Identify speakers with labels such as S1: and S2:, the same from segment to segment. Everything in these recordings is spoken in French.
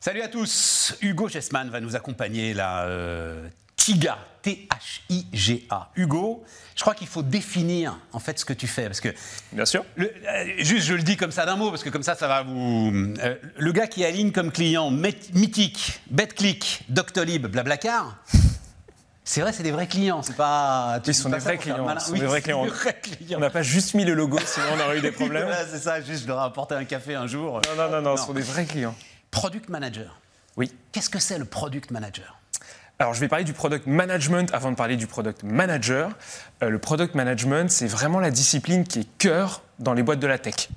S1: Salut à tous, Hugo Chessman va nous accompagner là. euh, Tiga, T-H-I-G-A. Hugo, je crois qu'il faut définir en fait ce que tu fais parce que
S2: Bien sûr.
S1: le- euh, juste je le dis comme ça d'un mot parce que comme ça ça va vous. euh, le gars qui aligne comme client Met- Mythic, BetClick, Doctolib, Blablacar. C'est vrai, c'est des vrais clients, c'est pas. tu
S2: Ils
S1: dis
S2: sont
S1: pas
S2: des
S1: ça
S2: vrais
S1: pour faire
S2: clients,
S1: malin.
S2: ce sont
S1: Oui,
S2: des vrais
S1: c'est
S2: clients.
S1: des vrais
S2: On
S1: clients.
S2: n'a pas juste mis le logo, sinon on aurait eu des problèmes.
S1: Voilà, c'est ça, juste je leur ai apporté un café un jour.
S2: Non, non, non, non, ce sont des vrais clients.
S1: Product manager.
S2: Oui.
S1: Qu'est-ce que c'est le product manager
S2: Alors, je vais parler du product management avant de parler du product manager. Euh, le product management, c'est vraiment la discipline qui est cœur dans les boîtes de la tech.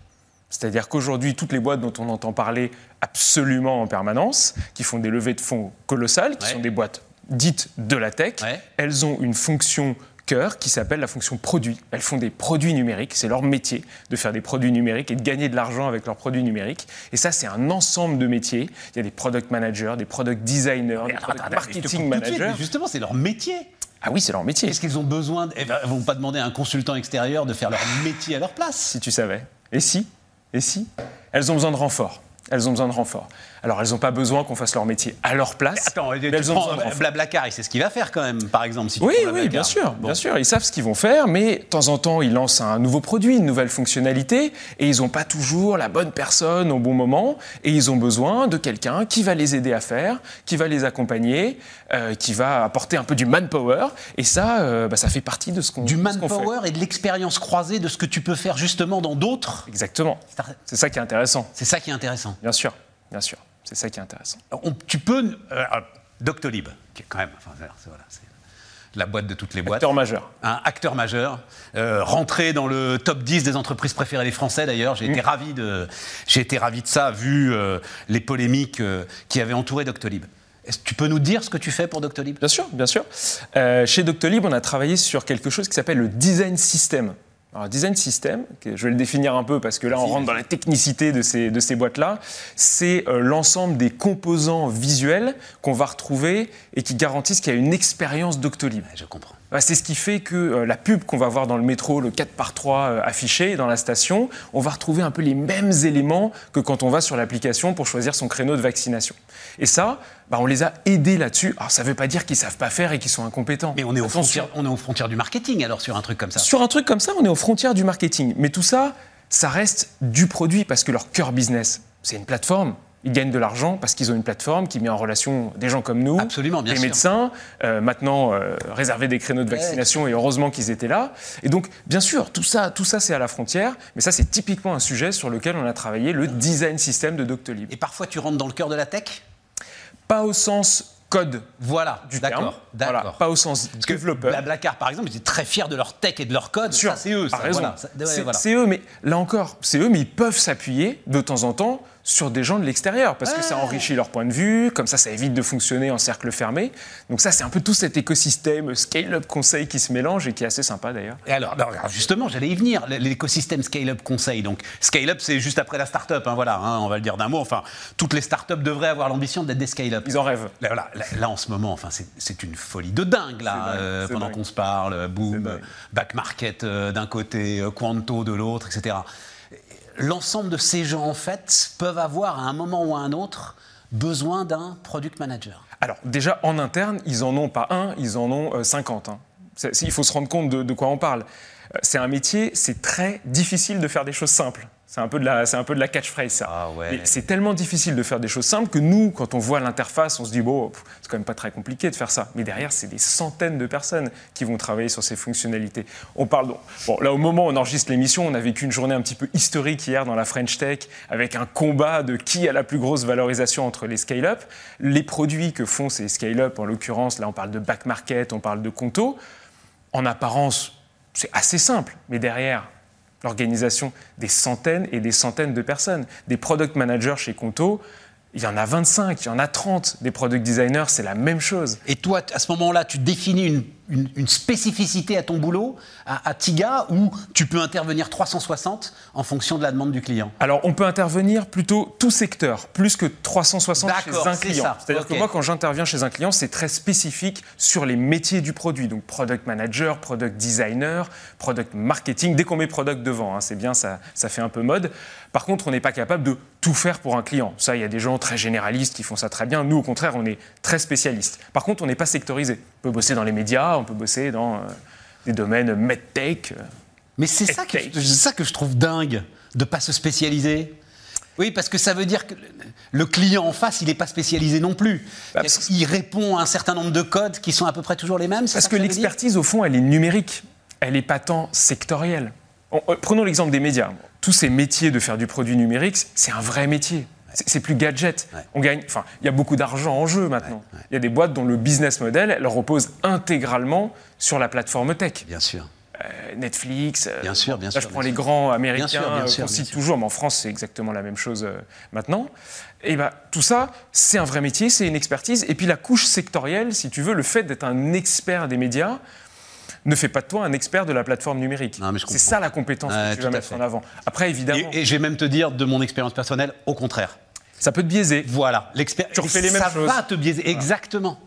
S2: C'est-à-dire qu'aujourd'hui, toutes les boîtes dont on entend parler absolument en permanence, qui font des levées de fonds colossales, qui
S1: Ouais.
S2: sont des boîtes dites de la tech,
S1: Ouais.
S2: elles ont une fonction cœur qui s'appelle la fonction produit. Elles font des produits numériques, c'est leur métier de faire des produits numériques et de gagner de l'argent avec leurs produits numériques. Et ça, c'est un ensemble de métiers. Il y a des product managers, des product designers, des product marketing managers.
S1: Justement, c'est leur métier.
S2: Ah oui, c'est leur métier,
S1: Qu'est-ce qu'ils ont besoin de... eh ben, Ils vont pas demander à un consultant extérieur de faire leur métier à leur place.
S2: si tu savais. Et si Et si Elles ont besoin de renfort. Elles ont besoin de renfort. Alors, elles n'ont pas besoin qu'on fasse leur métier à leur place.
S1: Attends,
S2: mais
S1: tu
S2: elles ont
S1: prends
S2: besoin de renfort.
S1: Blablacar, il sait ce qu'il va faire quand même, par exemple. Si tu
S2: Oui,
S1: prends
S2: oui,
S1: Blablacar.
S2: bien sûr,
S1: Bon.
S2: bien sûr. Ils savent ce qu'ils vont faire, mais de temps en temps, ils lancent un nouveau produit, une nouvelle fonctionnalité, et ils n'ont pas toujours la bonne personne au bon moment, et ils ont besoin de quelqu'un qui va les aider à faire, qui va les accompagner, euh, qui va apporter un peu du manpower, et ça, euh, bah, ça fait partie de ce qu'on
S1: Du
S2: de ce qu'on fait.
S1: manpower et de l'expérience croisée de ce que tu peux faire justement dans d'autres.
S2: Exactement.
S1: Star-
S2: C'est ça qui est intéressant,
S1: C'est ça qui est intéressant.
S2: bien sûr, bien sûr. C'est ça qui est intéressant.
S1: On- tu peux. euh, alors, Doctolib, qui est quand même. enfin, c'est- voilà, c'est la boîte de toutes les boîtes.
S2: Acteur majeur.
S1: un acteur majeur, euh, rentré dans le top 10 des entreprises préférées des Français d'ailleurs. J'ai
S2: Mm.
S1: été ravi de, j'ai été ravi de ça, vu euh, les polémiques euh, qui avaient entouré Doctolib. Est-ce que tu peux nous dire ce que tu fais pour Doctolib
S2: Bien sûr, bien sûr. Euh, chez Doctolib, on a travaillé sur quelque chose qui s'appelle le design system. Alors, design system, que je vais le définir un peu parce que là, on
S1: Vas-y,
S2: rentre dans la technicité de ces, de ces boîtes-là. C'est euh, l'ensemble des composants visuels qu'on va retrouver et qui garantissent qu'il y a une expérience Doctolib.
S1: Ouais, Je comprends.
S2: Bah, c'est ce qui fait que euh, la pub qu'on va voir dans le métro, le 4x3 euh, affiché dans la station, on va retrouver un peu les mêmes éléments que quand on va sur l'application pour choisir son créneau de vaccination. Et ça, bah, on les a aidés là-dessus. Alors ça ne veut pas dire qu'ils savent pas faire et qu'ils sont incompétents.
S1: Mais on est, aux
S2: Attention.
S1: frontières, on est aux frontières du marketing alors sur un truc comme ça.
S2: Sur un truc comme ça, on est aux frontières du marketing. Mais tout ça, ça reste du produit parce que leur cœur business, c'est une plateforme. Ils gagnent de l'argent parce qu'ils ont une plateforme qui met en relation des gens comme nous,
S1: Absolument, bien
S2: des
S1: sûr.
S2: médecins, euh, maintenant euh, réserver des créneaux de vaccination et heureusement qu'ils étaient là. Et donc, bien sûr, tout ça, tout ça c'est à la frontière, mais ça, c'est typiquement un sujet sur lequel on a travaillé le design system de Doctolib.
S1: Et parfois tu rentres dans le cœur de la tech.
S2: Pas au sens code
S1: Voilà.
S2: du terme,
S1: D'accord.
S2: voilà,
S1: D'accord.
S2: pas au sens
S1: Parce que
S2: développeur.
S1: Blablacar, par exemple, ils étaient très fiers de leur tech et de leur code.
S2: Sûr,
S1: Ça, c'est eux.
S2: t'as
S1: Ça,
S2: raison.
S1: voilà. Ça- ouais,
S2: c'est
S1: voilà.
S2: c'est eux, mais là encore, c'est eux, mais ils peuvent s'appuyer de temps en temps sur des gens de l'extérieur parce que ça
S1: Ouais.
S2: enrichit leur point de vue. Comme ça, ça évite de fonctionner en cercle fermé. Donc ça, c'est un peu tout cet écosystème scale-up conseil qui se mélange et qui est assez sympa d'ailleurs.
S1: Et alors, alors, alors, justement, j'allais y venir, l- l'écosystème Scale-up Conseil. Donc, Scale-up, c'est juste après la start-up, hein, voilà, hein, on va le dire d'un mot. Enfin, toutes les start-up devraient avoir l'ambition d'être des Scale-up.
S2: Ils en rêvent.
S1: Là, voilà, là- là, en ce moment, enfin, c'est- c'est une folie de dingue, là,
S2: C'est dingue,
S1: euh,
S2: c'est
S1: pendant
S2: dingue.
S1: qu'on se parle. euh, Boom,
S2: dingue.
S1: euh, back market euh, d'un côté, euh, Quanto de l'autre, etc. L'ensemble de ces gens, en fait, peuvent avoir, à un moment ou à un autre, besoin d'un product manager.
S2: Alors déjà, en interne, ils en ont pas un, ils en ont euh, 50. hein. C'est- c'est- il faut se rendre compte de, de quoi on parle. Euh, C'est un métier, c'est très difficile de faire des choses simples. C'est un peu de la, c'est un peu de la catchphrase ça.
S1: Ah ouais.
S2: Mais c'est tellement difficile de faire des choses simples que nous, quand on voit l'interface, on se dit bon, pff, c'est quand même pas très compliqué de faire ça. Mais derrière, c'est des centaines de personnes qui vont travailler sur ces fonctionnalités. On parle donc- bon là au moment où on enregistre l'émission, on a vécu une journée un petit peu historique hier dans la French Tech avec un combat de qui a la plus grosse valorisation entre les scale-up, les produits que font ces scale-up. En l'occurrence, là, on parle de back market, on parle de Conto. En apparence, c'est assez simple, mais derrière, l'organisation des centaines et des centaines de personnes. Des product managers chez Conto, il y en a 25, il y en a 30. Des product designers, c'est la même chose.
S1: Et toi, t- à ce moment-là, tu définis une, une, une spécificité à ton boulot, à, à Tiga, où tu peux intervenir 360 en fonction de la demande du client
S2: Alors, on peut intervenir plutôt tout secteur, plus que 360 chez
S1: D'accord,
S2: un
S1: c'est
S2: client.
S1: ça.
S2: C'est-à-dire
S1: Ok.
S2: que moi, quand j'interviens chez un client, c'est très spécifique sur les métiers du produit. Donc, product manager, product designer, product marketing. Dès qu'on met product devant, hein, c'est bien, ça, ça fait un peu mode. Par contre, on n'est pas capable de tout faire pour un client. Ça, il y a des gens très généralistes qui font ça très bien. Nous, au contraire, on est très spécialistes. Par contre, on n'est pas sectorisé. On peut bosser dans les médias, on peut bosser dans euh, des domaines medtech. euh,
S1: Mais c'est ça, que,
S2: Effect.
S1: c'est ça que je trouve dingue, de pas se spécialiser. Oui, parce que ça veut dire que le- le client en face, il n'est pas spécialisé non plus.
S2: Bah, parce
S1: il répond à un certain nombre de codes qui sont à peu près toujours les mêmes. c'est
S2: Parce
S1: ça
S2: que
S1: ça veut dire
S2: l'expertise, au fond, elle est numérique. Elle n'est pas tant sectorielle. On- euh, prenons l'exemple des médias. Tous ces métiers de faire du produit numérique, c- c'est un vrai métier. C'est c'est plus gadget.
S1: Ouais.
S2: On gagne. Enfin, il y a beaucoup d'argent en jeu maintenant. Il y a des boîtes dont le business model, elle repose intégralement sur la plateforme tech.
S1: Bien sûr.
S2: Euh, Netflix. euh,
S1: Bien sûr, bien
S2: là,
S1: sûr,
S2: Je
S1: bien
S2: prends les
S1: sûr.
S2: grands américains
S1: sûr, bien
S2: euh,
S1: sûr,
S2: qu'on
S1: bien
S2: cite
S1: sûr.
S2: toujours, mais en France, c'est exactement la même chose euh, maintenant. Et ben tout ça, c'est un vrai métier, c'est une expertise. Et puis la couche sectorielle, si tu veux, le fait d'être un expert des médias ne fait pas de toi un expert de la plateforme numérique.
S1: Non, mais je
S2: c'est
S1: comprends.
S2: ça la compétence
S1: Ouais,
S2: que tu
S1: tout à
S2: vas mettre
S1: fait.
S2: en avant. Après, évidemment,
S1: Et, et je vais même te dire, de mon expérience personnelle, au contraire.
S2: ça peut te biaiser.
S1: Voilà, l'expérience.
S2: Tu refais les mêmes
S1: ça
S2: choses. Mm.
S1: va te biaiser. Exactement.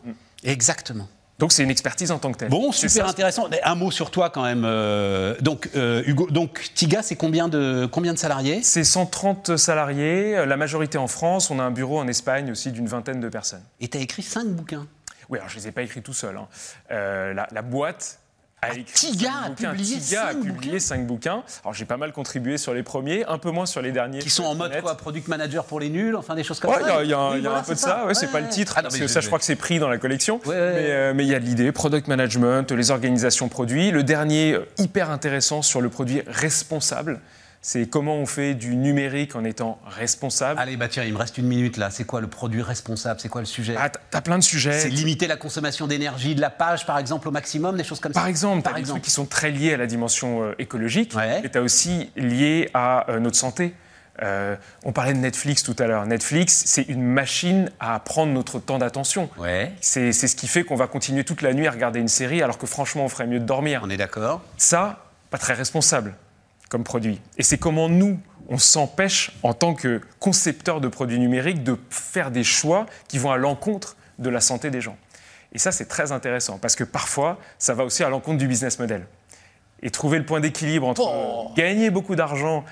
S1: Exactement.
S2: Donc c'est une expertise en tant que telle.
S1: Bon,
S2: C'est
S1: super
S2: ça.
S1: intéressant. Mais Un mot sur toi quand même. euh, donc, euh, Hugo, donc Tiga, c'est combien de, combien de salariés
S2: C'est 130 salariés, euh, la majorité en France. On a un bureau en Espagne aussi d'une vingtaine de personnes.
S1: Et tu as écrit 5 bouquins.
S2: Oui, alors je ne les ai pas écrits tout seul. hein. Euh, la, la boîte a écrit.
S1: Ah, Tiga
S2: cinq
S1: a
S2: bouquins.
S1: publié
S2: Tiga a
S1: cinq
S2: publié
S1: bouquins.
S2: cinq bouquins. Alors j'ai pas mal contribué sur les premiers, un peu moins sur les derniers.
S1: Qui sont en mode
S2: honnête.
S1: quoi Product manager pour les nuls, enfin des choses comme
S2: Ouais, il y
S1: ça.
S2: a, il y a un-
S1: Oui,
S2: il y a
S1: voilà,
S2: un peu de ça, ouais, c'est pas le titre,
S1: Ah, non,
S2: parce
S1: mais
S2: que ça je crois que c'est pris dans la collection.
S1: Ouais, ouais,
S2: Mais
S1: ouais.
S2: euh, mais il y a de l'idée, product management, les organisations produits. Le dernier, euh, hyper intéressant sur le produit responsable, c'est comment on fait du numérique en étant responsable.
S1: Allez, bah tiens, il me reste une minute là. C'est quoi le produit responsable C'est quoi le sujet
S2: Ah, t'as- t'as plein de sujets.
S1: C'est limiter la consommation d'énergie de la page, par exemple, au maximum, des choses comme ça.
S2: Par exemple, tu as
S1: par
S2: des
S1: exemple.
S2: trucs qui sont très liés à la dimension euh, écologique,
S1: Ouais.
S2: et tu as aussi lié à euh, notre santé. Euh, on parlait de Netflix tout à l'heure. Netflix, c'est une machine à prendre notre temps d'attention.
S1: Ouais,
S2: C'est c'est ce qui fait qu'on va continuer toute la nuit à regarder une série alors que franchement, on ferait mieux de dormir.
S1: on est d'accord.
S2: Ça, pas très responsable comme produit. Et c'est comment nous, on s'empêche en tant que concepteur de produits numériques de faire des choix qui vont à l'encontre de la santé des gens. Et ça, c'est très intéressant parce que parfois, ça va aussi à l'encontre du business model. Et trouver le point d'équilibre entre euh, gagner beaucoup d'argent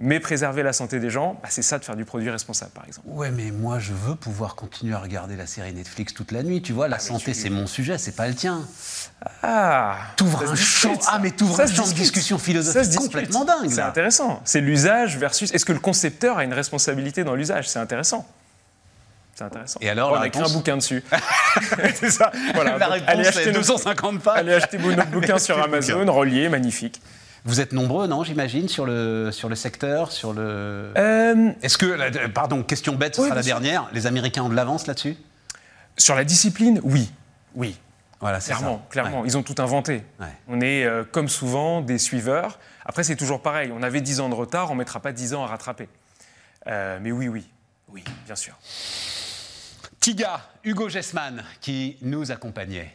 S2: mais préserver la santé des gens, bah, c'est ça de faire du produit responsable, par exemple.
S1: Ouais, mais moi, je veux pouvoir continuer à regarder la série Netflix toute la nuit. Tu vois, la santé, c'est mon sujet, c'est pas le tien.
S2: Ah,
S1: T'ouvres
S2: ça se
S1: un champ.
S2: discute, ça.
S1: Ah, mais t'ouvres
S2: Ça
S1: un
S2: se
S1: champ de
S2: discute.
S1: discussion
S2: Ça se
S1: philosophique
S2: discute.
S1: complètement dingue.
S2: C'est
S1: là.
S2: intéressant. C'est l'usage versus. Est-ce que le concepteur a une responsabilité dans l'usage C'est intéressant. C'est intéressant.
S1: Et alors,
S2: on
S1: la
S2: a écrit
S1: réponse
S2: un bouquin dessus. c'est ça. Voilà.
S1: la
S2: Donc,
S1: réponse,
S2: acheter
S1: c'est
S2: nos-
S1: 250 pages.
S2: allez acheter nos bouquins sur
S1: acheter le
S2: Amazon, relié, magnifique.
S1: Vous êtes nombreux, non, j'imagine, sur le, sur le secteur, sur le...
S2: Euh,
S1: Est-ce que, la- euh, pardon, question bête, ce
S2: Oui,
S1: sera la
S2: bien sûr.
S1: dernière, les Américains ont de l'avance là-dessus
S2: sur la discipline, oui. Oui.
S1: Voilà, c'est
S2: Clairement,
S1: ça.
S2: clairement.
S1: Ouais.
S2: Ils ont tout inventé.
S1: Ouais.
S2: On est, euh, comme souvent, des suiveurs. Après, c'est toujours pareil. On avait 10 ans de retard, on ne mettra pas 10 ans à rattraper. Euh, mais oui, oui. Oui, bien sûr.
S1: Tiga, Hugo Gessman, qui nous accompagnait.